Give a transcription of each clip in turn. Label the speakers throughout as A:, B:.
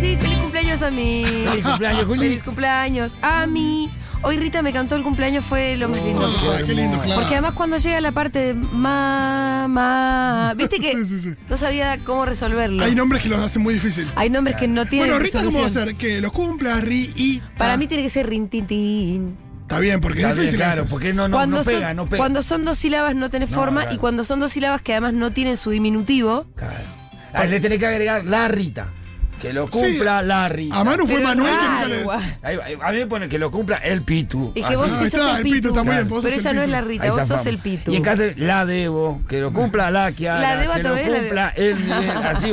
A: Sí, feliz cumpleaños a mí.
B: Feliz cumpleaños, Juli.
A: Feliz cumpleaños a mí. Hoy Rita me cantó el cumpleaños, fue lo más lindo.
B: Ay,
C: qué lindo, claro.
A: Porque además cuando llega la parte de mamá, viste que
C: Sí, sí, sí.
A: no sabía cómo resolverlo.
C: Hay nombres que los hacen muy difícil.
A: Hay nombres que no tienen
C: Bueno, Rita, ¿cómo va
A: Ah,
C: a Ah.
A: resolución.
C: ser? Que los cumpla, Ri y. ta.
A: Para mí tiene que ser rintintín.
C: Está bien, porque
B: Está
C: es
B: bien,
C: difícil. a
B: claro,
C: veces.
B: porque no, no,
A: cuando,
B: no pega,
A: son,
B: no pega.
A: cuando son dos sílabas no tenés
B: No,
A: forma
B: claro.
A: y cuando son dos sílabas que además no tienen su diminutivo.
B: Claro. Ah, le tenés que agregar la Rita. Que lo cumpla la Rita.
C: A Manu fue
A: pero
C: Manuel que
A: raro,
C: nunca le.
A: guau.
B: Ahí va, ahí va. a mí me pone que lo cumpla el Pitu.
A: Y que
B: Así.
A: vos
C: Ah,
A: sí sos
C: está,
A: el
C: el Pitu
A: pitu.
C: está muy bien, vos
A: pero
C: sos
A: ella
C: el
A: no es
C: Pitu.
A: la
B: Ahí
A: Rita, vos sos
B: zafamos.
A: el pitu.
B: Y en casa la debo, que lo cumpla la Kiara,
A: La Debo
B: que lo
A: todavía la
B: cumpla el Miguel. Así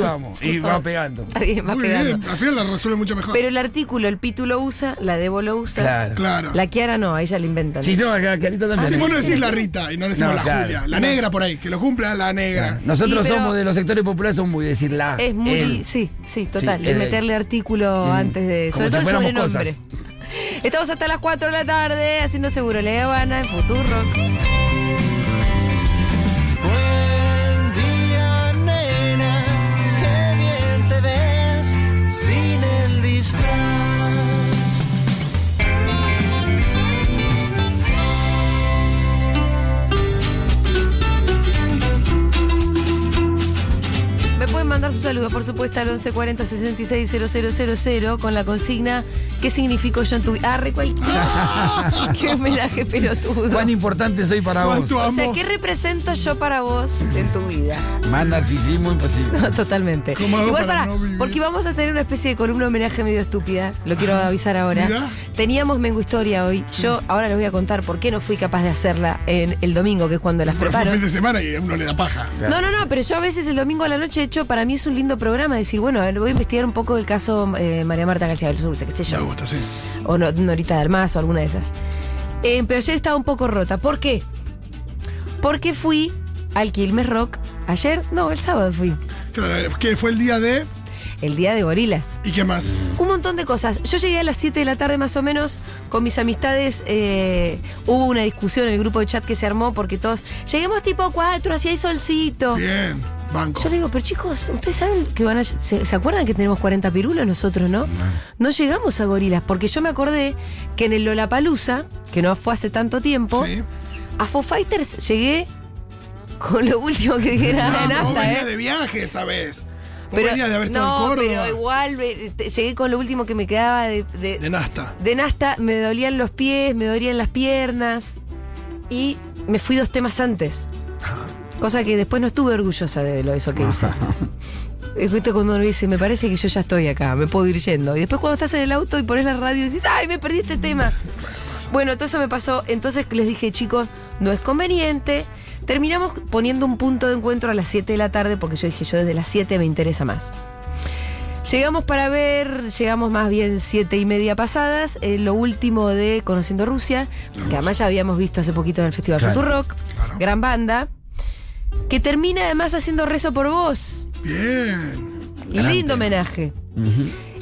B: vamos. Y va pegando.
A: Está bien, va
C: Muy
A: pegando.
C: bien, al final la resuelve mucho mejor.
A: Pero el artículo, el pitu lo usa, la debo lo usa.
B: Claro.
C: claro.
A: La Kiara no, a ella la inventan.
B: Si no, acá, Carita también.
C: Sí, vos no decís la Rita y no le decimos
B: No,
C: la
B: claro.
C: Julia. La negra por ahí, que lo cumpla la negra.
B: Nosotros
A: Y, pero-
B: somos de los sectores populares, somos muy decir la.
A: Es muy.
B: él.
A: Sí, sí, total.
B: Sí,
A: es
B: él,
A: meterle artículo
B: Mm,
A: antes de. Sobre todo
B: como si
A: el
B: fuéramos
A: sobrenombre.
B: cosas.
A: Estamos hasta las 4 de la tarde haciendo seguro Le Habana en Futuro.
D: Buen día, nena, qué bien te ves sin el disfraz.
A: Me pueden mandar sus saludos, por supuesto, al 1140 000 con la consigna ¿Qué significo yo en tu vida? Arre, cualquiera. ¡Qué homenaje pelotudo!
B: ¿Cuán importante soy para vos?
C: ¿Cuánto
A: O
C: amo?
A: sea, ¿qué represento yo para vos en tu vida?
B: Más narcisismo imposible.
A: No, totalmente.
C: ¿Cómo hago
A: Igual
C: para
A: para,
C: no vivir?
A: porque vamos a tener una especie de columna homenaje medio estúpida, lo quiero avisar ahora.
C: mirá.
A: Teníamos Mengu Historia hoy. Yo ahora les voy a contar por qué no fui capaz de hacerla en el domingo, que es cuando las
C: Pero fue
A: preparo.
C: fin de semana y a uno le da paja.
A: No, no, no, pero yo a veces el domingo a la noche, de hecho, para mí es un lindo programa decir, bueno, a ver, voy a investigar un poco del caso eh, María Marta García del Sur, qué sé
C: Me
A: yo,
C: gusta, sí.
A: o no, Norita de Armas o alguna de esas. Eh, pero ayer estaba un poco rota. ¿Por qué? Porque fui al Quilmes Rock ayer, no, el sábado fui,
C: Claro, que fue el día de.
A: el día de gorilas.
C: ¿Y qué más?
A: Un montón de cosas. Yo llegué a las 7 de la tarde más o menos con mis amistades. eh, hubo una discusión en el grupo de chat que se armó porque todos lleguemos tipo 4, así hay solcito.
C: Bien, banco.
A: Oh. Yo le digo, pero chicos, ¿ustedes saben que van a... ¿Se, se acuerdan que tenemos 40 pirulos nosotros, no? No llegamos a gorilas, porque yo me acordé que en el Lollapalooza, que no fue hace tanto tiempo,
C: Sí.
A: a Foo Fighters llegué con lo último que quedaba
C: Ah,
A: de
C: vos
A: nafta,
C: venías
A: ¿eh?
C: de viaje esa vez. Vos venías de haber estado
A: no,
C: en Córdoba.
A: pero igual eh, te- llegué con lo último que me quedaba de- de,
C: De Nasta.
A: de Nasta me dolían los pies, me dolían las piernas y me fui dos temas antes. Cosa que después no estuve orgullosa de lo eso que hice. Eh, Justo cuando uno dice, me parece que yo ya estoy acá, me puedo ir yendo. Y después cuando estás en el auto y pones la radio y dices, ¡ay, me perdí este tema! Bueno, todo eso me pasó. Entonces les dije, chicos, no es conveniente. Terminamos poniendo un punto de encuentro a las 7 de la tarde porque yo dije, yo desde las 7 me interesa más. Llegamos para ver, llegamos más bien siete y media pasadas, eh, lo último de Conociendo Rusia, que además ya habíamos visto hace poquito en el Festival
B: Claro.
A: Futurock,
C: Claro.
A: gran banda, que termina además haciendo rezo por vos.
C: Bien.
A: Y lindo homenaje.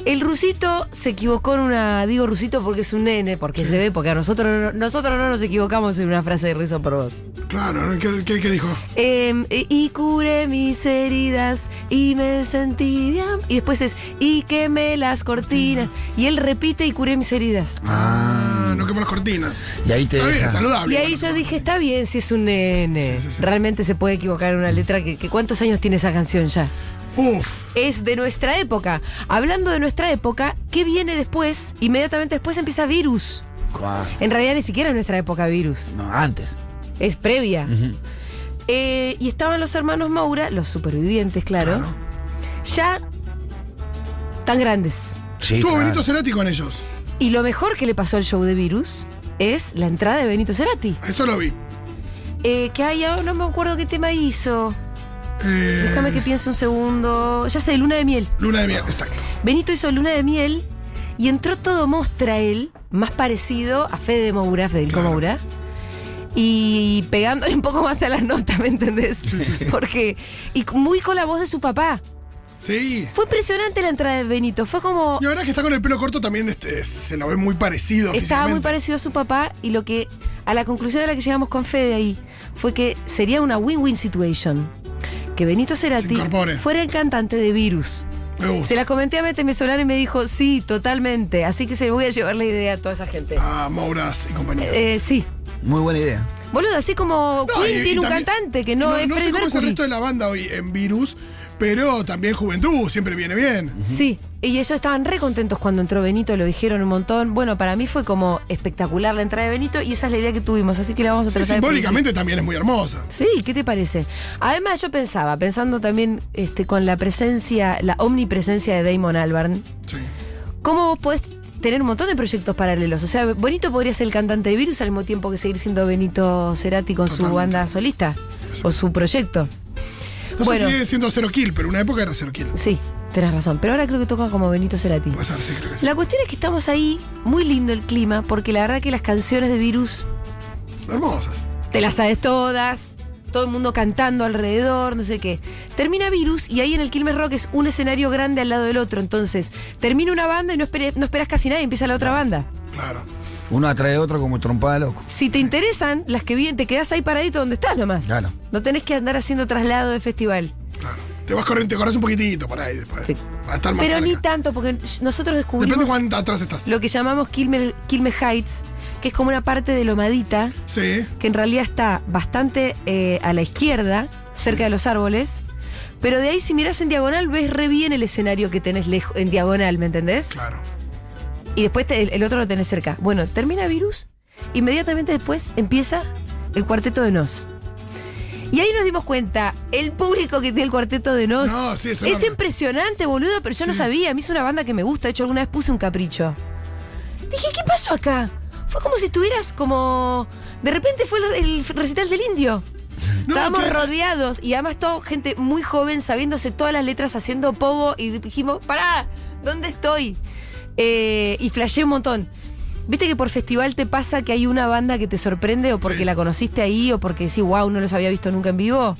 A: El rusito se equivocó en una. Digo rusito porque es un nene, porque se ve, porque a nosotros, no- nosotros no nos equivocamos en una frase de rezo por vos.
C: Claro, ¿no? ¿qué, qué, qué dijo?
A: Em, e- y curé mis heridas y me sentí. de am- Y después es, y quemé las cortinas. Y él repite y curé mis heridas.
C: Ah, no quemó las cortinas.
B: Y ahí te
C: Está bien,
B: deja.
C: es saludable.
A: Y ahí yo dije, está bien si es un nene.
C: Sí, sí, sí.
A: Realmente se puede equivocar en una letra. Que, que ¿Cuántos años tiene esa canción ya?
C: Uf,
A: Es de nuestra época. Hablando de nuestra época, ¿qué viene después? Inmediatamente después empieza Virus.
B: Cuá.
A: En realidad ni siquiera es nuestra época Virus.
B: No, antes.
A: Es previa.
B: Ujú.
A: Eh, y estaban los hermanos Maura, los supervivientes, claro. Ya tan grandes.
B: Sí,
C: estuvo
B: claro.
C: Benito Cerati con ellos.
A: Y lo mejor que le pasó al show de Virus es la entrada de Benito Cerati.
C: Eso lo vi.
A: Eh, que hay ahora, no me acuerdo qué tema hizo.
C: Eh,
A: Déjame que piense un segundo. Ya sé, Luna de Miel.
C: Luna de miel, exacto.
A: Benito hizo Luna de Miel y entró todo Mostra él, más parecido a Fede Moura, Federico
C: Claro.
A: Moura. Y pegándole un poco más a las notas, ¿me entendés? Porque. Y muy con la voz de su papá.
C: Sí.
A: Fue impresionante la entrada de Benito. Fue como.
C: Y ahora que está con el pelo corto también este, se lo ve muy parecido.
A: Estaba muy
C: físicamente.
A: parecido a su papá y lo que a la conclusión a la que llegamos con Fede ahí fue que sería una win-win situation. Que Benito
C: Se
A: Cerati
C: incorpore.
A: fuera el cantante de Virus.
C: Me gusta.
A: Se la comenté a Mete mi solar y me dijo, sí, totalmente. Así que se voy a llevar la idea a toda esa gente.
C: A Mauras y compañías.
A: Eh, sí.
B: Muy buena idea.
A: Boludo, así como
C: No,
A: Queen
C: y- y
A: tiene un
C: también-
A: cantante que no, es
C: no
A: Freddie
C: sé cómo es el
A: Mercury.
C: resto de la banda hoy en Virus, pero también Juventud siempre viene bien.
A: Sí, y ellos estaban re contentos cuando entró Benito, lo dijeron un montón. Bueno, para mí fue como espectacular la entrada de Benito y esa es la idea que tuvimos, así que la vamos a
C: Sí,
A: tratar de
C: simbólicamente también es muy hermosa.
A: Sí, ¿qué te parece? Además, yo pensaba, pensando también este, con la presencia, la omnipresencia de Damon Albarn,
C: Sí.
A: ¿cómo vos podés tener un montón de proyectos paralelos? O sea, Benito podría ser el cantante de Virus al mismo tiempo que seguir siendo Benito Cerati con su
C: Totalmente.
A: banda solista o su proyecto.
C: No
A: Bueno.
C: sé si sigue siendo Zero Kill, pero una época era Zero Kill.
A: Sí, tenés razón, pero ahora creo que toca como Benito Cerati.
C: Puede ser, sí, creo que Pues sí.
A: La cuestión es que estamos ahí, muy lindo el clima, porque la verdad que las canciones de Virus
C: Hermosas.
A: te las sabes todas, todo el mundo cantando alrededor, no sé qué. Termina Virus y ahí en el Quilmes Rock es un escenario grande al lado del otro, entonces termina una banda y no, esperes no esperas casi nadie, empieza la otra banda.
C: Claro.
B: Uno atrae a otro como trompada de loco.
A: Si te interesan las que vienen, te quedás ahí paradito donde estás nomás.
B: Claro.
A: No tenés que andar haciendo traslado de festival.
C: Claro. Te vas corriendo, te corres un poquitito por ahí después.
A: Sí.
C: Va a estar más
A: Pero
C: cerca.
A: ni tanto, porque nosotros descubrimos
C: Depende de cuánto atrás estás.
A: lo que llamamos Quilmes, Quilmes Heights, que es como una parte de Lomadita.
C: Sí.
A: que en realidad está bastante eh, a la izquierda, cerca de los árboles. Pero de ahí, si mirás en diagonal, ves re bien el escenario que tenés lejo- en diagonal, ¿me entendés?
C: Claro.
A: Y después te- el, el otro lo tenés cerca. Bueno, termina Virus, inmediatamente después empieza el cuarteto de Nos. Y ahí nos dimos cuenta, el público que tiene el cuarteto de Nos
C: No, sí, es
A: es
C: enorme.
A: impresionante, boludo, pero yo no
C: Sí.
A: sabía. A mí es una banda que me gusta, de hecho alguna vez puse un capricho. Dije, ¿qué pasó acá? Fue como si estuvieras como... De repente fue el, el recital del indio.
C: No,
A: Estábamos
C: que-
A: rodeados y además todo gente muy joven sabiéndose todas las letras, haciendo pogo y dijimos, pará, ¿dónde estoy? Eh, y flasheé un montón. Viste que por festival te pasa que hay una banda que te sorprende o porque
C: Sí.
A: la conociste ahí o porque decís, wow, no los había visto nunca en vivo.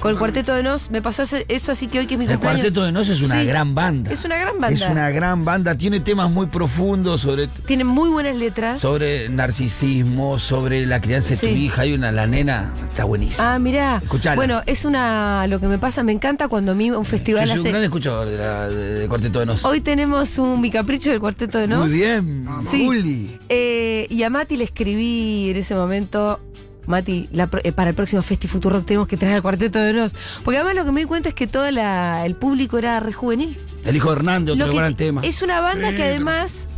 A: Con el Cuarteto de Nos me pasó ese- eso, así que hoy que es mi
B: El
A: cumpleaños.
B: Cuarteto de Nos es una
A: Sí,
B: gran banda.
A: Es una gran banda.
B: Es una gran banda. Tiene temas muy profundos sobre,
A: Tiene muy buenas letras.
B: sobre narcisismo, sobre la crianza de tu
A: Sí.
B: hija. Hay una, la nena, está buenísima.
A: Ah, mirá.
B: Escuchala.
A: Bueno, es una. Lo que me pasa, me encanta cuando a mí un
B: Yo
A: festival
B: soy un
A: hace.
B: gran escuchador de la- de- del Cuarteto de Nos.
A: Hoy tenemos un mi capricho del Cuarteto de Nos.
B: Muy bien,
A: Sí.
B: Juli.
A: Eh, y a Mati le escribí en ese momento. Mati, la pro- eh, para el próximo Festi Futuro tenemos que traer al cuarteto de nos. Porque además lo que me di cuenta es que todo la- el público era re juvenil.
B: El hijo de Hernández,
A: Lo
B: otro
A: que
B: gran
A: ti-
B: tema.
A: Es una banda
C: Sí,
A: que además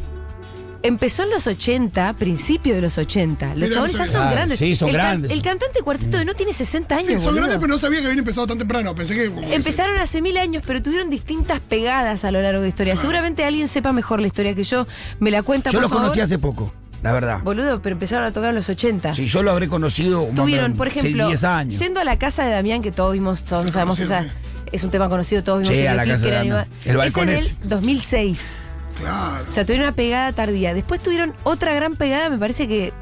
A: empezó en los 80, principio de los 80. Los
C: Mirá,
A: chavales
C: no
A: ya
C: sabía.
A: son
B: Claro,
A: grandes.
B: sí, son
A: el, can-
B: grandes.
A: el cantante cuarteto de no tiene 60 años.
C: Sí, son
A: boludo.
C: grandes, pero no sabía que habían empezado tan temprano. Pensé que. como que
A: Empezaron hace mil años, pero tuvieron distintas pegadas a lo largo de la historia. Seguramente alguien sepa mejor la historia que yo. Me la cuenta
B: Yo
A: por
B: los
A: favor.
B: conocí hace poco, la verdad.
A: Boludo, pero empezaron a tocar en los 80.
B: Si yo lo habré conocido más o
A: Tuvieron,
B: menos,
A: por
B: sí,
A: ejemplo,
B: 10 años.
A: yendo a la casa de Damián, que todos vimos, todos
C: Sí,
A: sabemos
C: conocido,
A: esa. Es un tema conocido, todos vimos
B: Sí,
A: el
B: a la
A: videoclip
B: casa
A: que
B: de
A: era
B: Damián.
A: animado.
B: El balcón
A: es
B: ese.
A: del 2006.
C: Claro.
A: O sea, tuvieron una pegada tardía. Después tuvieron otra gran pegada, me parece que.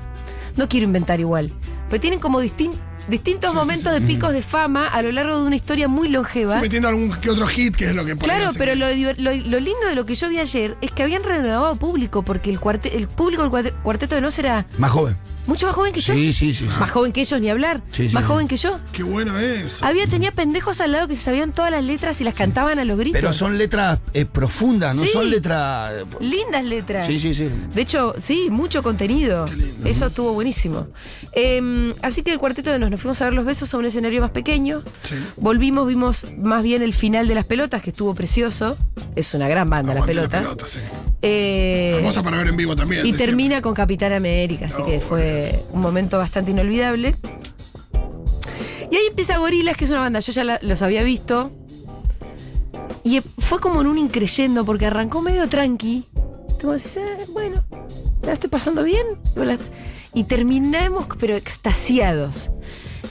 A: No quiero inventar igual. Pero tienen como distin- distintos
C: Sí, sí,
A: momentos de picos de fama a lo largo de una historia muy longeva.
C: Sí, metiendo algún que otro hit, que es lo que por ahí
A: Claro,
C: hace
A: pero
C: que-
A: lo, diver- lo- lo lindo de lo que yo vi ayer es que habían renovado público, porque el, cuarte- el público del cuarte- cuarteto de Nos era
B: Más joven.
A: mucho más joven que yo.
B: Sí, sí, sí. sí.
A: Más joven que ellos, ni hablar.
B: Sí, sí,
A: más
B: sí.
A: joven que yo.
C: Qué bueno es.
A: Había, tenía pendejos al lado que se sabían todas las letras y las cantaban a los gritos.
B: Pero son letras eh, profundas, no
A: Sí.
B: son letras. eh,
A: Lindas letras.
B: Sí, sí, sí.
A: De hecho, sí, mucho contenido. Eso estuvo buenísimo. Em, así que el cuarteto de nos, nos fuimos a ver los besos a un escenario más pequeño.
C: Sí.
A: Volvimos, vimos más bien el final de las pelotas, que estuvo precioso. Es una gran banda, las
C: Aguante la
A: pelotas.
C: pelota, sí.
A: Eh,
C: Hermosa para ver en vivo también.
A: y
C: de siempre.
A: termina con Capitán América, así
C: No,
A: que fue un momento bastante inolvidable. Y ahí empieza Gorilas, que es una banda, yo ya la- los había visto. Y eh, fue como en un increyendo, porque arrancó medio tranqui. Como decís, "Ah, bueno, la estoy pasando bien. o la- Y terminamos, pero extasiados.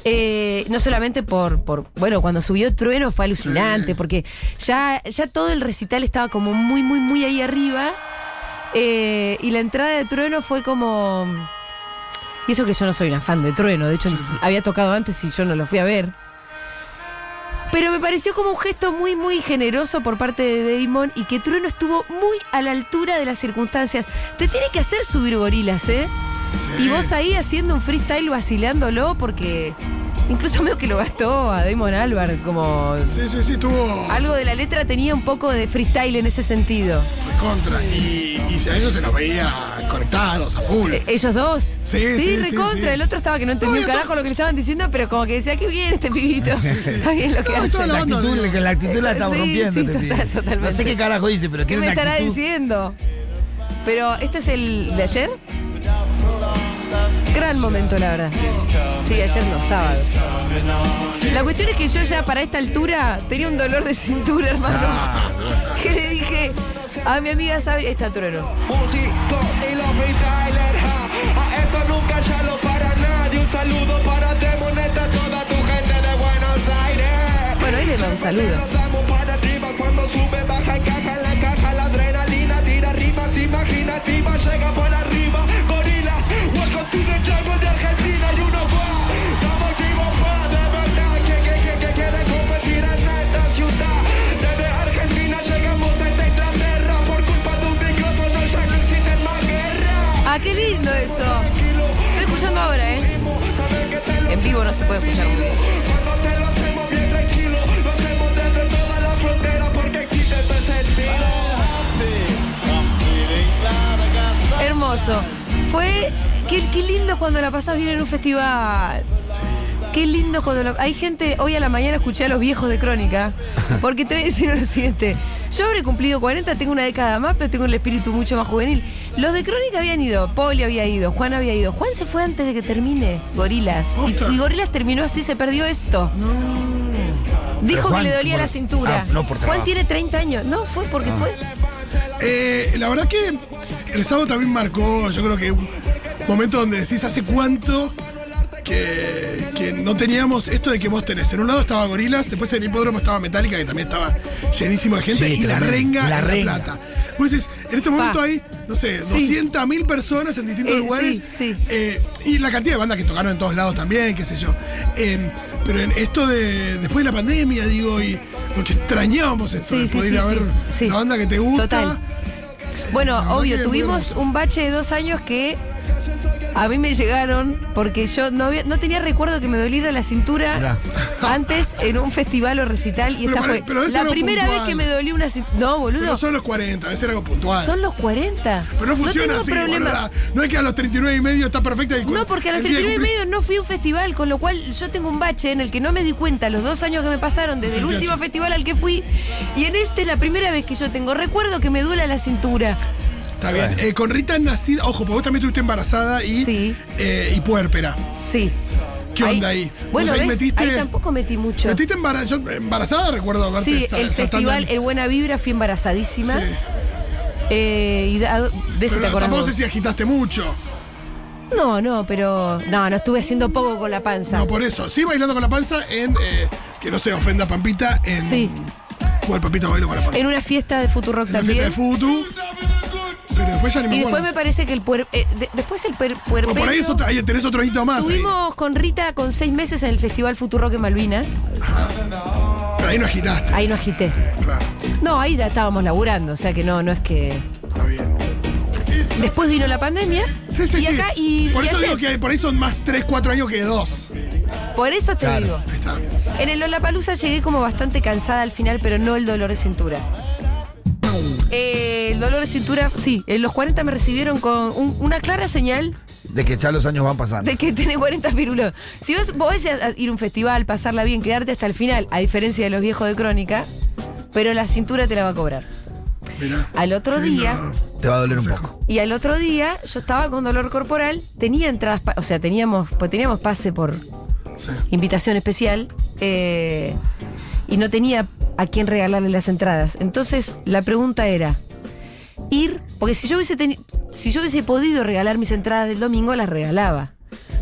A: Eh, no solamente por, por. Bueno, cuando subió Trueno fue alucinante,
C: Sí.
A: porque ya, ya todo el recital estaba como muy, muy, muy ahí arriba. Eh, y la entrada de Trueno fue como. Y eso que yo no soy una fan de Trueno, de hecho había tocado antes y yo no lo fui a ver. Pero me pareció como un gesto muy, muy generoso por parte de Damon y que Trueno estuvo muy a la altura de las circunstancias. Te tiene que hacer subir gorilas, ¿eh?
C: Sí.
A: Y vos ahí haciendo un freestyle vacilándolo porque Incluso medio que lo gastó a Damon Albarn, como.
C: Sí, sí, sí, tuvo
A: Algo de la letra tenía un poco de freestyle en ese sentido.
C: contra. Y, y a ellos se los veía conectados a full.
A: Eh, ¿Ellos dos?
C: Sí, sí, sí,
A: recontra.
C: sí.
A: El otro estaba que no entendía
C: No,
A: un
C: yo
A: carajo lo que le estaban diciendo, pero como que decía, qué bien este pibito. Está bien lo que
C: No,
A: hace.
C: toda
B: La
C: la onda,
B: actitud,
C: digo.
B: la actitud la está
A: Sí,
B: rompiendo.
A: sí,
B: este
A: total-
B: pibe. no
A: totalmente.
B: sé qué carajo dice, pero
A: ¿Qué
B: tiene
A: me
B: una
A: estará
B: actitud.
A: diciendo? Pero, ¿este es el de ayer? Gran momento, la verdad. Sí, ayer no, sábado. La cuestión es que yo ya para esta altura tenía un dolor de cintura, hermano.
C: Ah,
A: Que le dije a mi amiga Sabri, esta altura no.
E: músicos y los freestylers. ja. A esto nunca ya lo para nadie. Un saludo para Demoneta, toda tu gente de Buenos Aires.
A: Bueno, ahí le va un saludo.
E: Nos damos para arriba cuando sube, baja, encaja en la caja. La adrenalina tira rimas imaginativa, llega por arriba. Gorilas, welcome to the jungle de Argentina. Y uno va, estamos vivos, va de verdad. Que, que, que, que quiere competir en esta ciudad. Desde Argentina llegamos a Inglaterra. Por culpa de un micrófono ya no existe más guerra.
A: Ah, qué lindo eso. Estoy escuchando ahora, ¿eh? En vivo no se puede escuchar muy bien.
E: Cuando te lo hacemos bien tranquilo, lo hacemos desde toda la frontera porque existe este sentido.
A: Hermoso. Fue. Qué, qué lindo cuando la pasás bien en un festival. Qué lindo cuando la- Hay gente, hoy a la mañana escuché a los viejos de Crónica, porque te voy a decir lo siguiente. Yo habré cumplido 40, tengo una década más, pero tengo el espíritu mucho más juvenil. Los de Crónica habían ido, Poli había ido, Juan había ido. Juan se fue antes de que termine Gorilas. Y,
C: Posta.
A: y Gorilas terminó así, se perdió esto. Dijo
B: Pero Juan,
A: que le dolía
B: por-
A: la cintura.
B: ah, no, por trabajo. Ah.
A: Juan tiene 30 años. No, fue porque fue.
C: Eh, la verdad que el sábado también marcó, yo creo que un momento donde decís hace cuánto que, que no teníamos esto de que vos tenés. En un lado estaba Gorilas, después en el hipódromo estaba Metallica, que también estaba llenísimo de gente,
B: Sí,
C: y la
B: tremendo.
C: renga,
B: La
C: la,
B: renga.
C: plata. Pues decís, en este momento
A: Pa.
C: hay, no sé,
A: Sí.
C: 200.000 personas en distintos
A: Eh,
C: lugares.
A: sí, sí.
C: eh, y la cantidad de bandas que tocaron en todos lados también, qué sé yo. Eh, pero en esto de después de la pandemia, digo, y porque extrañábamos esto,
A: Sí,
C: de
A: sí,
C: poder ir
A: sí,
C: a ver
A: sí, sí.
C: la banda que te gusta.
A: Total. Bueno,
C: La verdad
A: obvio,
C: que
A: tuvimos
C: bueno.
A: un bache de dos años que a mí me llegaron porque yo no, había- no tenía recuerdo que me doliera la cintura antes en un festival o recital y
C: Pero
A: esta
C: para-
A: fue
C: pero es
A: la
C: algo
A: primera vez
C: puntual.
A: que me dolió una cintura. No, boludo,
C: Pero son los 40, debe ser algo puntual.
A: son los 40.
C: Pero no funciona
A: tengo
C: así,
A: problema.
C: boluda. No es que a los 39 y medio está perfecta. y cu-
A: No, porque a los
C: el día
A: 39 y
C: cumple-
A: medio no fui a un festival, con lo cual yo tengo un bache en el que no me di cuenta los dos años que me pasaron desde el
C: 38.
A: último festival al que fui. Y en este es la primera vez que yo tengo recuerdo que me duela la cintura.
C: Está bien. Eh, con Rita nacida, ojo, porque vos también estuviste embarazada y,
A: Sí.
C: eh, y puérpera.
A: Sí.
C: ¿Qué onda ahí?
A: Bueno,
C: Entonces, ahí
A: ¿ves?
C: metiste-
A: ahí tampoco metí mucho.
C: ¿Metiste embara- yo, embarazada? Recuerdo verte
A: Sí,
C: sa-
A: el
C: saltando
A: festival,
C: en-
A: el Buena Vibra, fui embarazadísima.
C: Sí.
A: Eh, y da- de ese
C: Pero
A: te acordás
C: tampoco
A: vos.
C: sé si agitaste mucho.
A: No, no, pero. No, no estuve haciendo poco con la panza.
C: No, por eso. Sí, bailando con la panza en. eh, que no se ofenda Pampita. En,
A: Sí.
C: ¿Cuál Pampita bailó con la panza?
A: en una fiesta de Futurock
C: En la fiesta
A: también.
C: de Futu. Pero después ya ni me
A: y después
C: acuerdo.
A: me parece que el puer, eh, de- después el puer, puerperio-
C: O por ahí, es otra- ahí tenés otro hito más. ahí.
A: Estuvimos con Rita con seis meses en el Festival Futurock en Malvinas.
C: Pero ahí no agitaste.
A: Ahí no agité.
C: Claro,
A: No, ahí ya estábamos laburando, o sea que no, no es que.
C: está bien.
A: Después vino la pandemia.
C: Sí, sí,
A: y
C: sí.
A: acá y.
C: por
A: y
C: eso
A: ayer.
C: digo que por ahí son más 3, 4 años que 2.
A: Por eso te
B: Claro.
A: digo.
C: Ahí está.
A: En el Lollapalooza llegué como bastante cansada al final, pero no el dolor de cintura. Eh, el dolor de cintura, sí, en los 40 me recibieron con un- una clara señal
B: De que ya los años van pasando.
A: de que tenés 40 pirulos. Si vos podés a- a ir a un festival, pasarla bien, quedarte hasta el final, a diferencia de los viejos de crónica, pero la cintura te la va a cobrar.
C: Mirá.
A: Al otro día,
B: Te va a doler un poco.
A: y al otro día yo estaba con dolor corporal, tenía entradas, pa- o sea, teníamos, pues teníamos pase por
C: Sí.
A: invitación especial eh, y no tenía a quién regalarle las entradas. Entonces la pregunta era ir, porque si yo hubiese teni- si yo hubiese podido regalar mis entradas del domingo las regalaba,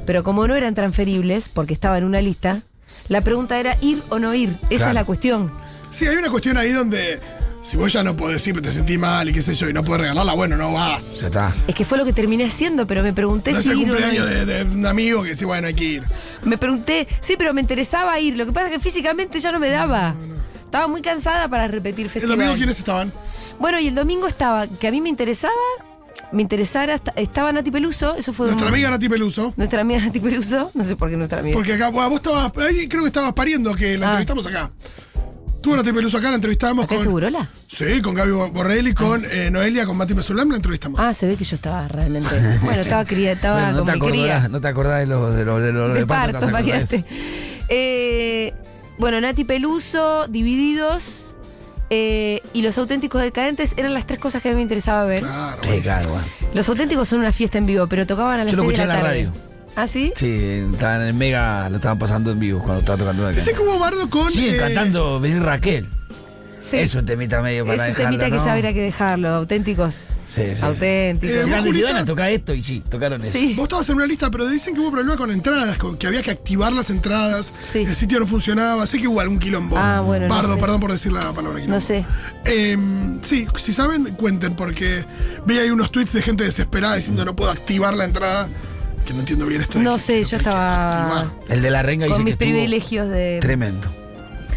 A: pero como no eran transferibles porque estaba en una lista, la pregunta era ir o no ir. Esa
B: Claro.
A: es la cuestión.
C: Sí, hay una cuestión ahí donde si vos ya no podés ir, te sentís mal y qué sé yo, y no podés regalarla, bueno, no vas.
B: Ya está.
A: Es que fue lo que terminé haciendo, pero me pregunté
C: No es
A: si
C: el
A: ir o no ir.
C: cumpleaños de, de un amigo que dice, bueno, hay que ir.
A: Me pregunté, sí, pero me interesaba ir. Lo que pasa es que físicamente ya no me daba. Estaba muy cansada para repetir
C: ¿El
A: festival. Ah.
C: domingo quiénes estaban?
A: Bueno, y el domingo estaba, que a mí me interesaba, me interesara, esta- estaba Nati Peluso, eso fue
C: Nuestra
A: un-
C: amiga Nati Peluso.
A: nuestra amiga Nati Peluso, no sé por qué nuestra amiga.
C: Porque acá, bueno, vos estabas, ahí creo que estabas pariendo, que la
A: Ah.
C: entrevistamos acá. Tuvo Nati Peluso acá, la entrevistamos
A: ¿Acá en
C: con.
A: Segurola?
C: Sí, con Gaby Borrelli, con eh, Noelia, con Mati Pesulam, la entrevistamos.
A: Ah, se ve que yo estaba realmente. Bueno, estaba cría, estaba
B: Bueno, no,
A: con
B: te
A: mi cría.
B: acordás, no te acordás de los de los de los
A: de
B: de parto,
A: parto,
B: te acordás de
A: imagínate. Eh, bueno, Nati Peluso, Divididos eh, y Los Auténticos Decadentes eran las tres cosas que a mí me interesaba ver.
C: Claro.
B: eso. Sí, claro, bueno.
A: Los Auténticos son una fiesta en vivo, pero tocaban a las
B: Yo lo
A: seis de
B: escuché
A: la
B: en la
A: tarde.
B: radio.
A: ¿Ah, sí?
B: Sí, estaban en el mega, lo estaban pasando en vivo cuando estaba tocando la
C: Dice que
B: canción.
C: hubo bardo con.
B: Siguen
C: eh,
B: cantando venir Raquel.
A: Sí.
B: Es un temita medio para
A: Es un
B: dejarlo,
A: temita que
B: ¿no?
A: ya habría que dejarlo, auténticos.
B: Sí, sí.
A: auténticos.
C: Eh,
B: Llegaron y
C: Julita.
B: van a tocar esto y sí, tocaron eso.
A: Sí.
C: Vos estabas en una lista, pero dicen que hubo problema con entradas, con que había que activar las entradas,
A: Sí.
C: el sitio no funcionaba, sé que hubo algún quilombo.
A: Ah, bueno, no
C: Bardo,
A: sé.
C: perdón por decir la palabra quilombo.
A: No sé.
C: Em, sí, si saben, cuenten, porque vi ahí unos tweets de gente desesperada diciendo no puedo activar la entrada, que no entiendo bien esto. de
A: No
C: que-
A: sé,
C: que
A: yo
C: hay que
A: estaba
C: activar.
B: El de la renga dice
A: con
B: que
A: mis
B: estuvo
A: privilegios de.
B: tremendo.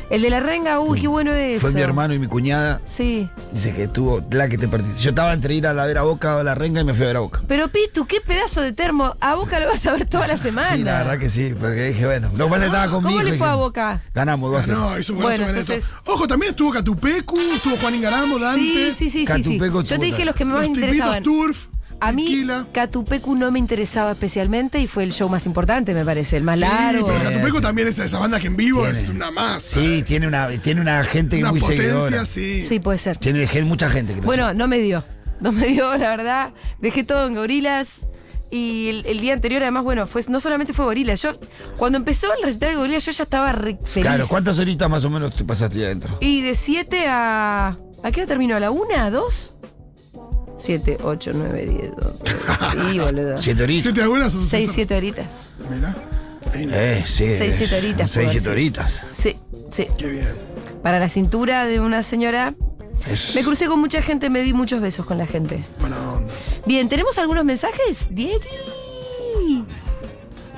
A: El de la renga, uy, qué bueno es.
B: Fue mi hermano y mi cuñada.
A: Sí.
B: Dice que estuvo la que te perdiste. Yo estaba entre ir a la ver a Boca o a la renga y me fui a ver a Boca.
A: Pero Pitu, qué pedazo de termo. A Boca lo vas a ver toda la semana.
B: Sí, la verdad que sí, porque dije, bueno, lo cual estaba conmigo.
A: ¿Cómo le
B: dije,
A: fue a Boca?
B: Ganamos dos a cero.
C: No, hizo un
A: Ah, Bueno,
C: bueno,
A: entonces-
C: Ojo, también estuvo Catupecu, estuvo Juan Ingaramo, Dante.
A: Sí, sí, sí, sí, sí.
B: Catupeco,
A: Yo te dije los que me
C: los
A: más
C: tipitos
A: interesaban.
C: Turf,
A: A mí,
C: Tequila.
A: Catupecu no me interesaba especialmente y fue el show más importante, me parece, el más largo.
C: Sí, pero Catupecu
B: Eh,
C: también es de esas bandas que en vivo
B: tiene.
C: es una masa. eh.
B: Sí, tiene una, tiene una gente
C: una
B: muy seguidora.
C: potencia, sí.
A: Sí, puede ser.
B: Tiene gen- mucha gente que lo
A: Bueno, no me dio. No me dio, la verdad. Dejé todo en gorilas. Y el, el día anterior, además, bueno, fue, no solamente fue gorilas. Yo, cuando empezó el recital de gorilas, yo ya estaba re
B: sigue.
A: feliz.
B: Claro, ¿cuántas horitas más o menos te pasaste ahí adentro?
A: Y de 7 a. ¿A qué hora terminó? ¿A la 1? ¿A 2? 7, 8, 9, 10, 12. Sí, boludo.
B: ¿Siete horitas?
C: ¿Siete abuelas o
A: 6,
C: César?
A: 7 horitas.
C: Mirá. Ahí,
B: Eh, sí.
A: Seis, siete horitas, puedo
B: Seis, siete
A: decir.
B: horitas.
A: Sí, sí.
C: Qué bien.
A: Para la cintura de una señora.
B: Es-
A: Me crucé con mucha gente, me di muchos besos con la gente.
C: Buena onda.
A: Bien, ¿tenemos algunos mensajes? Diego.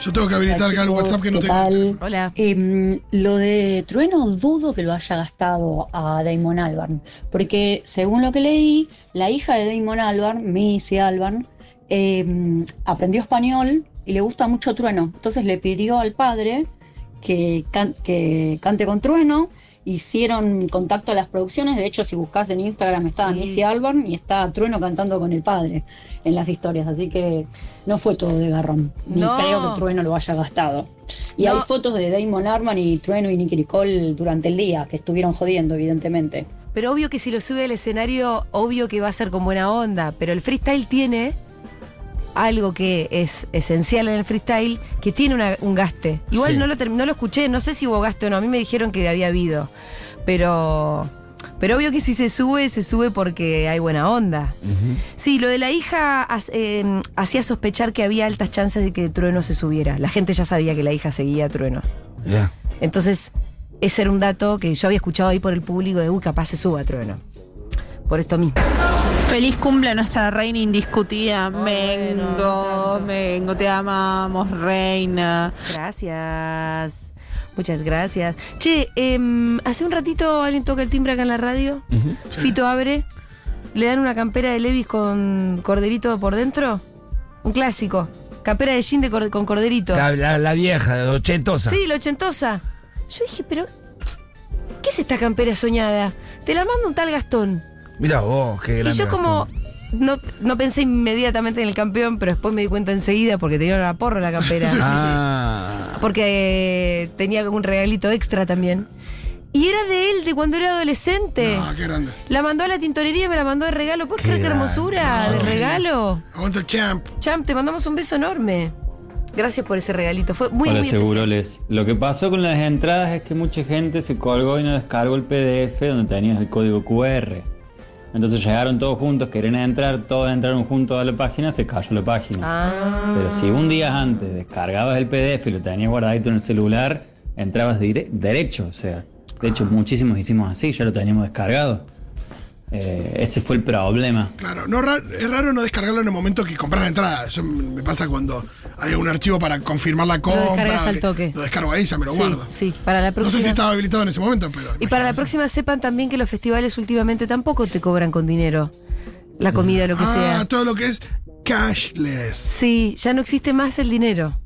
C: Yo tengo que habilitar acá el
F: chicos,
C: WhatsApp que no
F: ¿qué
C: tengo.
F: tal?
A: Hola.
F: Em, lo de Trueno dudo que lo haya gastado a Damon Albarn, porque según lo que leí, la hija de Damon Albarn, Missy Albarn, em, aprendió español y le gusta mucho Trueno. Entonces le pidió al padre que, can- que cante con Trueno. Hicieron contacto a las producciones. De hecho, si buscas en Instagram está
A: Sí.
F: Missy Albarn y está Trueno cantando con el padre en las historias. Así que no fue todo de garrón. Ni
A: No.
F: creo que Trueno lo haya gastado. Y
A: No.
F: hay fotos de Damon Arman y Trueno y Nicky Nicole durante el día, que estuvieron jodiendo, evidentemente.
A: Pero obvio que si lo sube al escenario, obvio que va a ser con buena onda. Pero el freestyle tiene algo que es esencial en el freestyle, que tiene una- un gaste. Igual
B: Sí.
A: no, lo, term- no lo escuché, no sé si hubo gasto o no. A mí me dijeron que había habido. Pero, pero obvio que si se sube, se sube porque hay buena onda. Sí, lo de la hija has- eh, hacía sospechar que había altas chances de que Trueno se subiera. La gente ya sabía que la hija seguía a Trueno.
B: Ya.
A: Entonces, ese era un dato que yo había escuchado ahí por el público de, uy, capaz se suba Trueno. Por esto mismo.
G: Feliz cumple a nuestra reina indiscutida.
A: bueno,
G: Mengo,
A: tanto.
G: Mengo, te amamos, reina.
A: Gracias. Muchas gracias. Che, em, hace un ratito alguien toca el timbre acá en la radio. Fito abre. Le dan una campera de Levis con corderito por dentro. Un clásico. Campera de jean de cor- con corderito.
B: La, la- la vieja, ochentosa.
A: Sí, la ochentosa. Yo dije, pero. ¿Qué es esta campera soñada? Te la manda un tal Gastón.
B: Mira vos, qué
A: Y
B: grande.
A: yo como
B: Gastón.
A: no, no pensé inmediatamente en el campeón, pero después me di cuenta enseguida porque tenía una porra en la campera.
B: Ah.
A: porque eh, tenía un regalito extra también. Y era de él, de cuando era adolescente.
C: Ah, qué grande.
A: La mandó a la tintorería y me la mandó de regalo. ¿Puedes
B: Qué
A: creer qué hermosura
B: grande.
A: de regalo?
C: Aguanta el champ.
A: Champ, te mandamos un beso enorme. Gracias por ese regalito. Fue muy,
H: Hola,
A: muy especial.
H: Seguroles. Lo que pasó con las entradas es que mucha gente se colgó y no descargó el PDF donde tenías el código QR. Entonces llegaron todos juntos, querían entrar, todos entraron juntos a la página, se cayó la página.
A: Ah,
H: Pero si un día antes descargabas el PDF y lo tenías guardadito en el celular, entrabas dire- derecho, o sea. De hecho,
A: Ah.
H: muchísimos hicimos así, ya lo teníamos descargado. Eh, ese fue el problema.
C: Claro, no, ra- es raro no descargarlo en el momento que compras la entrada. Eso m- me pasa cuando hay un archivo para confirmar la compra.
A: descargas al
C: que-
A: toque.
C: Lo descargo ahí, ya me lo
A: sí,
C: guardo.
A: sí, para la
C: No sé
A: próxima.
C: si estaba habilitado en ese momento, pero.
A: Y para la próxima sepan también que los festivales últimamente tampoco te cobran con dinero. la comida, lo que
C: Ah,
A: sea.
C: todo lo que es cashless.
A: Sí, ya no existe más el dinero.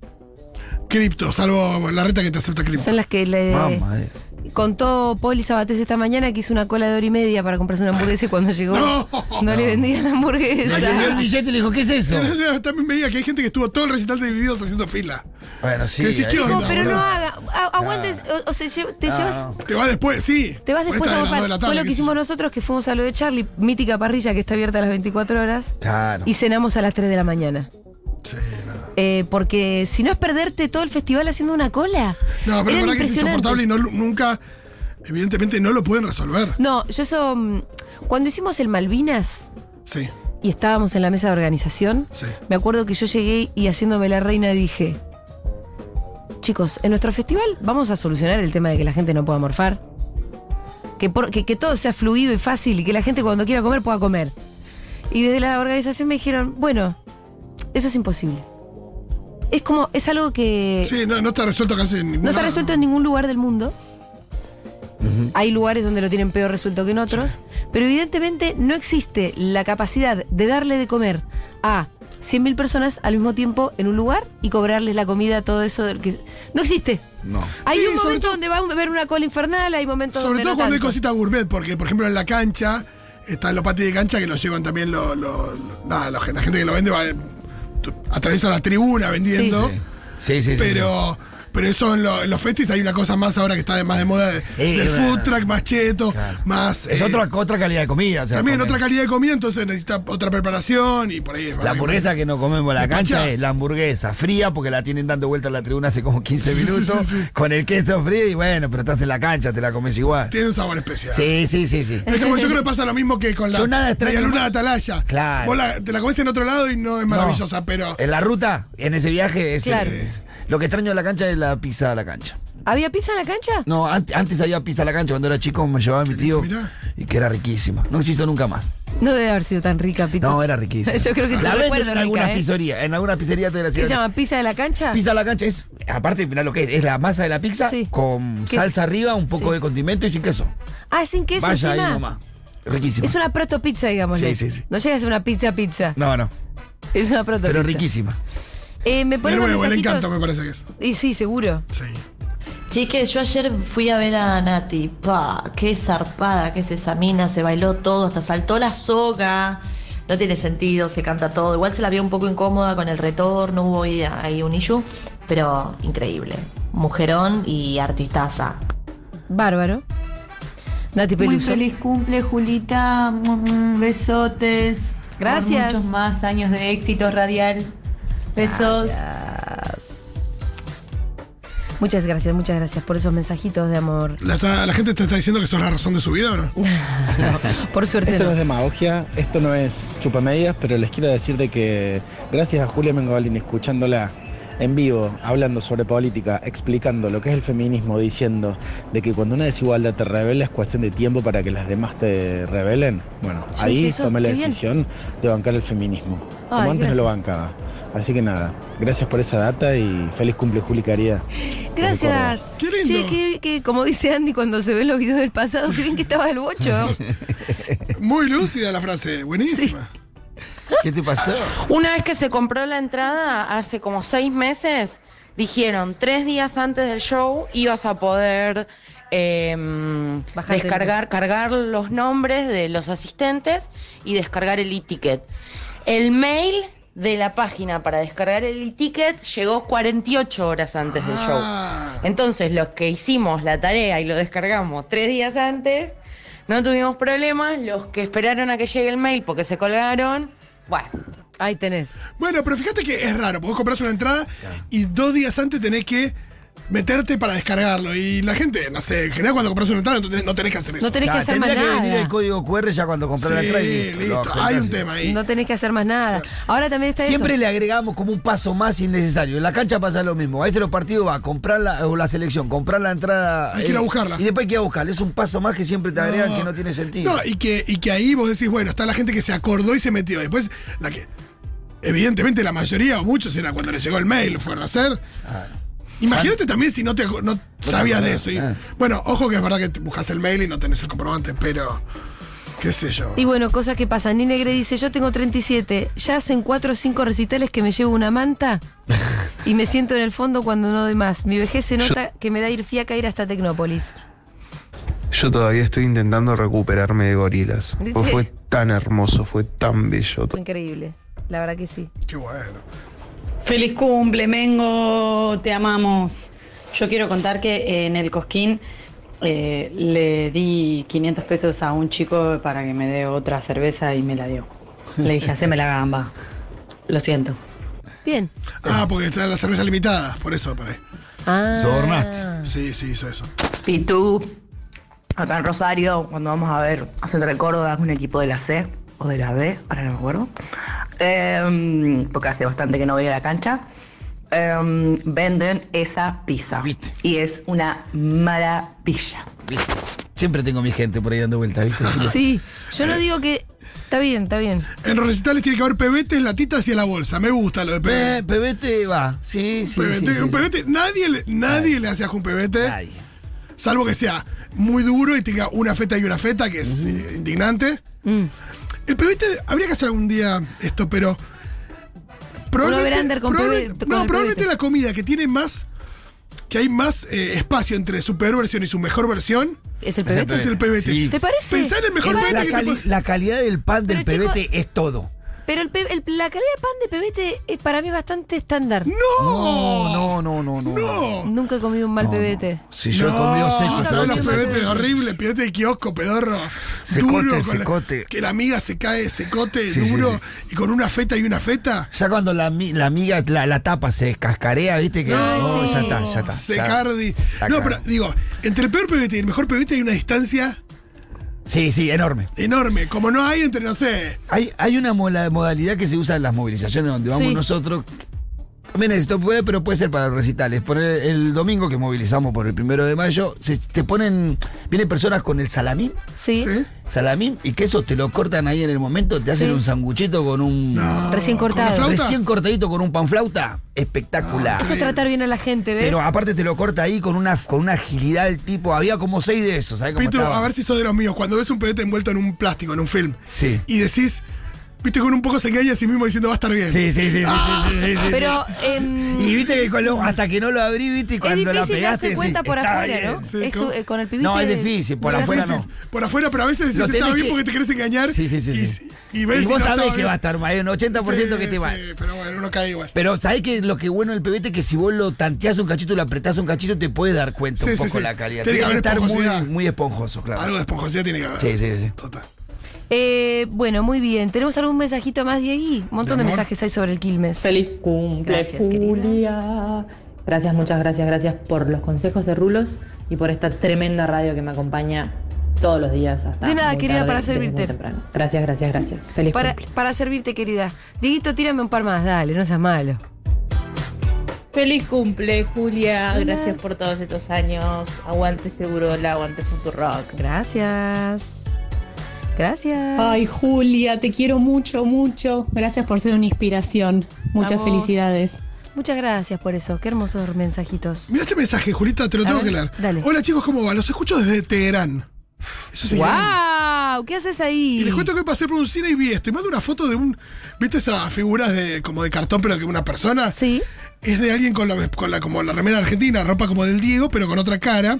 C: Cripto, salvo la reta que te acepta cripto.
A: Son las que le
B: Mamá, eh.
A: contó Poli Sabatés esta mañana que hizo una cola de hora y media para comprarse una hamburguesa y cuando llegó
C: No.
A: no, le vendían la hamburguesa.
B: Le dio el billete y le dijo, ¿qué es eso?
C: También veía que hay gente que estuvo todo el recital de divididos haciendo fila.
B: Bueno, sí.
C: ¿Qué decís,
B: ahí
C: qué
B: está,
A: No,
C: onda,
A: pero no
B: boludo.
A: haga, a- aguantes, o, o sea, lle- te
B: No,
A: llevas
B: no.
C: Te vas después, sí.
A: Te vas
C: Ah, Por
A: después
C: esta
A: a
C: de las dos
A: morfar.
C: de la
A: Fue
C: tarde,
A: lo
C: qué
A: que
C: sé
A: hicimos
C: yo.
A: nosotros, que fuimos a lo de Charlie, mítica parrilla que está abierta a las 24 horas,
B: Claro.
A: y cenamos a las 3 de la mañana.
C: Sí, no.
A: Eh, porque si no es perderte todo el festival haciendo una cola.
C: No, pero
A: Eran
C: para que es
A: impresionantes.
C: insoportable y no, nunca, evidentemente, no lo pueden resolver.
A: No, yo eso. mm, Cuando hicimos el Malvinas
C: Sí,
A: y estábamos en la mesa de organización,
C: sí.
A: me acuerdo que yo llegué y haciéndome la reina dije: Chicos, en nuestro festival vamos a solucionar el tema de que la gente no pueda morfar. Que, por- que, que todo sea fluido y fácil y que la gente cuando quiera comer pueda comer. Y desde la organización me dijeron: Bueno, eso es imposible. Es como, es algo que.
C: Sí, no, no está resuelto casi en ningún
A: No está resuelto en ningún lugar del mundo. Hay lugares donde lo tienen peor resuelto que en otros. Pero evidentemente no existe la capacidad de darle de comer a 100.000 personas al mismo tiempo en un lugar y cobrarles la comida, todo eso. del que... No existe.
I: No.
A: Hay
C: Sí,
A: un
C: sobre
A: momento
C: todo-
A: donde va a haber una cola infernal, hay momentos
C: Sobre
A: donde
C: todo
A: no
C: cuando hay
A: tanto.
C: cositas gourmet, porque, por ejemplo, en la cancha, están los patis de cancha que los llevan también los. los- los- nada, la gente- la gente que lo vende va. eh, tu- Atraviesa la tribuna vendiendo.
A: Sí.
B: Sí, sí, sí.
C: Pero. Pero eso en, lo- en los festis hay una cosa más ahora que está de- más de moda de-
B: Eh,
C: del
B: bueno.
C: food truck, más cheto,
B: Claro.
C: más.
B: sí. Es
C: eh,
B: otra, otra calidad de comida. o sea,
C: También
B: comer.
C: otra calidad de comida, entonces necesita otra preparación y por ahí es
B: La hamburguesa que nos comemos en la cancha
C: Despachás.
B: es la hamburguesa fría, porque la tienen dando vuelta a la tribuna hace como 15 minutos, con el queso frío y bueno, pero estás en la cancha, te la comes igual.
C: Tiene un sabor especial.
B: Sí, sí, sí, sí.
C: Es como yo creo que pasa lo mismo que con la
B: Yo nada extraño
C: media luna de
B: más.
C: Atalaya.
B: Claro.
C: Vos la- te la comés en otro lado y no es maravillosa,
B: No. Eh,
C: pero.
B: En la ruta, en ese viaje, es,
A: Claro.
B: eh, lo que extraño de la cancha es la pizza de la cancha.
A: ¿Había pizza en la cancha?
B: No, an- antes había pizza a la cancha cuando era chico, me llevaba mi tío
C: Mirá.
B: y que era riquísima. No se hizo nunca más.
A: No debe haber sido tan rica, Pito.
B: No, era riquísima.
A: Yo creo que te
B: la venden
A: recuerdo
B: en
A: rica,
B: alguna
A: ¿eh?
B: pizzería, en alguna pizzería te la
A: ¿Qué se
B: ciudad.
A: llama? ¿Pizza de la cancha?
B: Pizza a la cancha es, aparte, mirá lo que es, es la masa de la pizza
A: Sí.
B: con
A: ¿Qué?
B: salsa arriba, un poco
A: Sí.
B: de condimento y sin queso.
A: Ah, sin queso
B: Vaya ahí
A: encima.
B: nomás. Riquísima.
A: Es una proto pizza, digamos.
B: Sí, sí, sí.
A: No llega a ser una pizza pizza.
B: No, no,
A: Es una proto
B: pero
A: pizza.
B: riquísima.
A: Eh, me
C: De
A: ponen
C: nuevo, el
A: mensajitos?
C: encanto me parece que es.
A: Y sí, seguro.
C: Sí.
J: Chiques, yo ayer fui a ver a Nati. Pa, qué zarpada que es esa mina, se bailó todo, hasta saltó la soga. No tiene sentido, se canta todo. Igual se la vio un poco incómoda con el retorno, hubo ahí- ahí un issue, pero increíble. Mujerón y artistaza.
A: Bárbaro. Nati
K: Muy
A: Peluso.
K: feliz cumple, Julita. Mm, Besotes. Por
A: Gracias.
K: muchos más años de éxito radial. Besos.
A: Gracias. Muchas gracias, muchas gracias por esos mensajitos de amor.
C: La, está- la gente te está diciendo que sos la razón de su vida, ¿o no?
A: Por
L: Esto Este no es
A: suerte Este no.
L: demagogia, esto no es chupamedias, pero les quiero decir de que gracias a Julia Mengobalín escuchándola en vivo, hablando sobre política, explicando lo que es el feminismo, diciendo de que cuando una desigualdad te revela es cuestión de tiempo para que las demás te revelen. Bueno,
A: Sí, sí,
L: ahí
A: eso,
L: tomé la
A: qué bien.
L: decisión de bancar el feminismo. Como
A: Ay,
L: antes no lo
A: gracias.
L: bancaba. Así que nada, gracias por esa data y feliz cumple Juli querida.
A: Gracias.
C: Qué lindo.
A: Che, que, que como dice Andy cuando se ven los videos del pasado, qué bien que estaba el bocho.
C: Muy lúcida la frase, buenísima.
B: ¿Qué te pasó?
G: Una vez que se compró la entrada, hace como seis meses, dijeron tres días antes del show ibas a poder em,
A: Bajar el
G: descargar, cargar los nombres de los asistentes y descargar el e-ticket. El mail de la página para descargar el e-ticket llegó 48 horas antes del show.
C: Ah.
G: Entonces, los que hicimos la tarea y lo descargamos tres días antes, no tuvimos problemas. Los que esperaron a que llegue el mail porque se colgaron, bueno.
A: Ahí tenés.
C: Bueno, pero fíjate que es raro, porque vos compras una entrada y dos días antes tenés que meterte para descargarlo. Y la gente, no sé, en general cuando compras una entrada no tenés, no tenés que hacer eso.
A: No tenés que
B: Nah,
A: hacer más
B: tendría que
A: nada.
B: venir el código QR ya cuando compré la
C: Sí,
B: entrada y
C: listo,
B: listo, lo
C: Hay
B: agendás.
C: un tema ahí.
A: No tenés que hacer más nada. Ahora también está
B: Siempre
A: eso.
B: le agregamos como un paso más innecesario. En la cancha pasa lo mismo. A veces los partidos va a comprar la, o la selección, comprar la entrada. eh,
C: Hay que ir a buscarla.
B: Y después hay que ir a buscarla. Es un paso más que siempre te agregan que no tiene sentido.
C: No, y que, y que ahí vos decís, bueno, está la gente que se acordó y se metió. Después, la que. Evidentemente, la mayoría o muchos era cuando les llegó el mail, lo fueron a hacer. Imagínate también si no te acu- no sabías de eso. y-
B: ah.
C: Bueno, ojo que es verdad que te buscas el mail y no tenés el comprobante, pero. qué sé yo.
A: Y bueno, cosas que pasan. Nine Negre dice, yo tengo 37, ya hacen 4 o 5 recitales que me llevo una manta y me siento en el fondo cuando no doy más. Mi vejez se nota que me da ir fiaca ir hasta Tecnópolis.
I: Yo todavía estoy intentando recuperarme de gorilas. Pues fue tan hermoso, fue tan bello.
A: Fue Increíble, la verdad que sí.
C: Qué bueno.
M: Feliz cumple, Mengo, Oh, te amamos. Yo quiero contar que en el Cosquín eh, le di 500 pesos a un chico para que me dé otra cerveza y me la dio. Le dije, haceme la gamba. Lo siento.
A: Bien.
C: Ah, porque está la cerveza limitada, por eso paré.
A: Ah.
C: Sobornaste. Sí, sí, hizo eso.
N: Pitu, acá en Rosario, cuando vamos a ver a Central Córdoba, un equipo de la C o de la B, ahora no me acuerdo, em, porque hace bastante que no voy a la cancha, em, venden esa pizza. Y es una maravilla.
B: Siempre tengo mi gente por ahí dando vueltas, ¿viste?
C: Ah.
A: Sí, yo no digo que... Está bien, está bien.
C: En los recitales tiene que haber pebetes, latitas y a la bolsa. Me gusta lo de
B: Pe-
C: pebete.
B: pebete va. Sí, sí,
C: Pebete,
B: sí, sí,
C: un
B: sí.
C: pebete, nadie, le- nadie le hace ajo a un pebete. Salvo que sea muy duro y tenga una feta y una feta, que es eh, indignante.
A: Mm.
C: El pebete, habría que hacer algún día esto, pero.
A: over-under con
C: probable-
A: pebete- con
C: no,
A: el
C: probablemente
A: pebete.
C: la comida que tiene más. que hay más eh, espacio entre su peor versión y su mejor versión.
A: Es el
B: pebete.
C: Es el pebete.
B: Sí.
A: ¿Te parece?
C: Pensá en el mejor
A: La
C: pebete
B: La,
C: que te
B: cali-
C: puede-
B: la calidad del pan del
A: Pero,
B: pebete es todo.
A: Pero el pe- el- la calidad de pan de pebete es para mí bastante estándar.
C: ¡No!
B: No, no, no, no.
C: ¡No!
A: Nunca he comido un mal pebete.
B: Si yo he comido seco,
C: Ah, ¿sabes
B: ¿sabes
C: los
B: qué es?
C: pebetes horribles? Pebete de kiosco, pedorro.
B: Secote,
C: duro, con la-
B: secote.
C: que la amiga se cae secote,
B: Sí, sí,
C: duro,
B: sí.
C: y con una feta y una feta.
B: Ya cuando la, mi- la amiga, la, la tapa se cascarea, ¿viste? Que
C: No,
B: oh, ya está, ya está. ya-
C: Secardi.
B: Está
C: No,
B: claro.
C: pero digo, entre el peor pebete y el mejor pebete hay una distancia
B: Sí, sí, enorme.
C: enorme. Como no hay entre, no sé.
B: Hay, hay una mola- modalidad que se usa en las movilizaciones donde vamos
A: Sí.
B: nosotros. También necesito poder, pero puede ser para los recitales. Poner el domingo que movilizamos por el primero de mayo, se, te ponen. Vienen personas con el salamín,
A: Sí.
C: ¿sí?
B: salamín y queso, te lo cortan ahí en el momento, te hacen
A: Sí.
B: un sanguchito con un.
A: Recién
C: ¿con la
A: cortado.
C: flauta?
B: Recién cortadito con un panflauta. Espectacular.
A: Ah, Eso es tratar bien a la gente, ¿ves?
B: Pero aparte te lo corta ahí con una, con una agilidad del tipo. Había como seis de esos, ¿sabes cómo
C: Pitu,
B: estaba?
C: a ver si sos de los míos. Cuando ves un pebete envuelto en un plástico, en un film,
B: Sí.
C: y decís, viste, con un poco se engaña a sí mismo diciendo va a estar bien.
B: Sí, sí, sí, sí, sí, sí, sí, sí.
A: Pero, em,
B: Y viste que con lo- hasta que no lo abrí, viste, y cuando
A: es difícil
B: la pegaste.
A: darse cuenta
B: sí,
A: por
B: está
A: afuera,
B: bien.
A: ¿no?
C: sí,
A: Eso,
C: ¿cómo?
A: eh, con el pibito.
B: No, es difícil, por afuera no.
C: Por afuera, pero a veces
B: Lo
C: decís está
B: tenés
C: bien
B: que-
C: porque te querés engañar.
B: Sí, sí, sí.
C: Y,
B: sí.
C: y
B: Y
C: ves
B: vos
C: no
B: sabés
C: estaba
B: que
C: bien.
B: va a estar mal, hay un 80% que te va.
C: Sí, pero bueno, uno cae igual.
B: Pero sabés que lo que bueno del pebete es que si vos lo tanteás un cachito, lo apretás un cachito, te puedes dar cuenta
C: Sí,
B: un
C: sí,
B: poco
C: sí.
B: la calidad. Tiene
C: Tiene que
B: que,
C: haber
B: estar muy,
C: esponjosidad.
B: muy esponjoso, claro.
C: Algo de esponjosidad tiene que haber.
B: Sí, sí, sí.
C: Total.
A: Eh, bueno, muy bien. ¿Tenemos algún mensajito más, Diegui? Un montón
C: Mi
A: de
C: amor.
A: mensajes hay sobre el Quilmes.
O: Feliz cumple,
A: Gracias, querida.
O: Julia. Gracias, muchas gracias, gracias por los consejos de Rulos y por esta tremenda radio que me acompaña todos los días hasta
A: De nada,
O: muy
A: querida,
O: tarde,
A: para
O: desde muy
A: servirte.
O: temprano. Gracias, gracias, gracias. Feliz
A: Para,
O: cumple.
A: para servirte, querida. Dieguito, tírame un par más, dale, no seas malo.
P: Feliz cumple, Julia. Gracias por todos estos años. Aguante seguro, la aguante Futurock.
A: Gracias. Gracias.
Q: Ay, Julia, te quiero mucho, mucho. Gracias por ser una inspiración. Muchas
A: Vamos.
Q: felicidades.
A: Muchas gracias por eso. Qué hermosos mensajitos.
C: Mira este mensaje, Julita, te lo
A: A
C: tengo
A: ver,
C: que leer.
A: dale.
C: Hola chicos, ¿cómo va? Los escucho desde Teherán. Eso es Irán.
A: ¡Wow! ¿Qué haces ahí?
C: Y les cuento que pasé por un cine y vi esto. Y mando una foto de un. ¿Viste esas figuras de como de cartón, pero que una persona?
A: Sí.
C: Es de alguien con la, con la como la remera argentina, ropa como del Diego, pero con otra cara.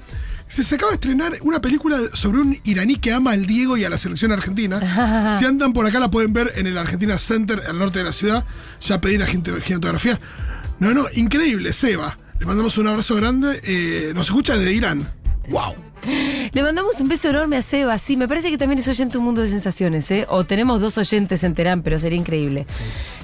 C: Se, se acaba de estrenar una película sobre un iraní que ama al Diego y a la selección argentina. si andan por acá la pueden ver en el Argentina Center, al norte de la ciudad. Ya pedí la gente- ginetografía. No, no, increíble, Seba. Le mandamos un abrazo grande. Eh, nos escucha desde Irán. ¡Wow!
A: Le mandamos un beso enorme a Seba. Sí, me parece que también es oyente un mundo de sensaciones, ¿eh? O tenemos dos oyentes en Terán, pero sería increíble.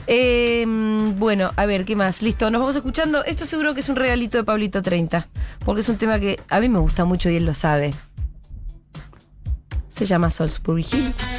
A: Eh, mm, bueno, a ver, ¿qué más? Listo, nos vamos escuchando. Esto seguro que es un regalito de Pablito 30, porque es un tema que a mí me gusta mucho y él lo sabe. Se llama Salisbury Hill.